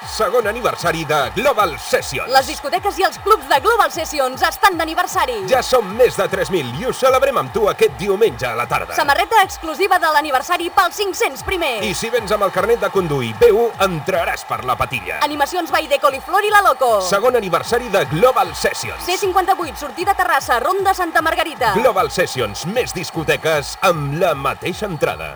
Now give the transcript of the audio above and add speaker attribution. Speaker 1: Segon aniversari de Global Sessions.
Speaker 2: Les discoteques i els clubs de Global Sessions estan d'aniversari.
Speaker 1: Ja som més de 3.000 i ho celebrem amb tu aquest diumenge a la tarda.
Speaker 2: Samarreta exclusiva de l'aniversari pels 500 primers.
Speaker 1: I si vens amb el carnet de conduir B1, entraràs per la patilla.
Speaker 2: Animacions by de Coliflor i la Loco.
Speaker 1: Segon aniversari de Global Sessions.
Speaker 2: C58, sortida Terrassa, Ronda Santa Margarita.
Speaker 1: Global Sessions, més discoteques amb la mateixa entrada.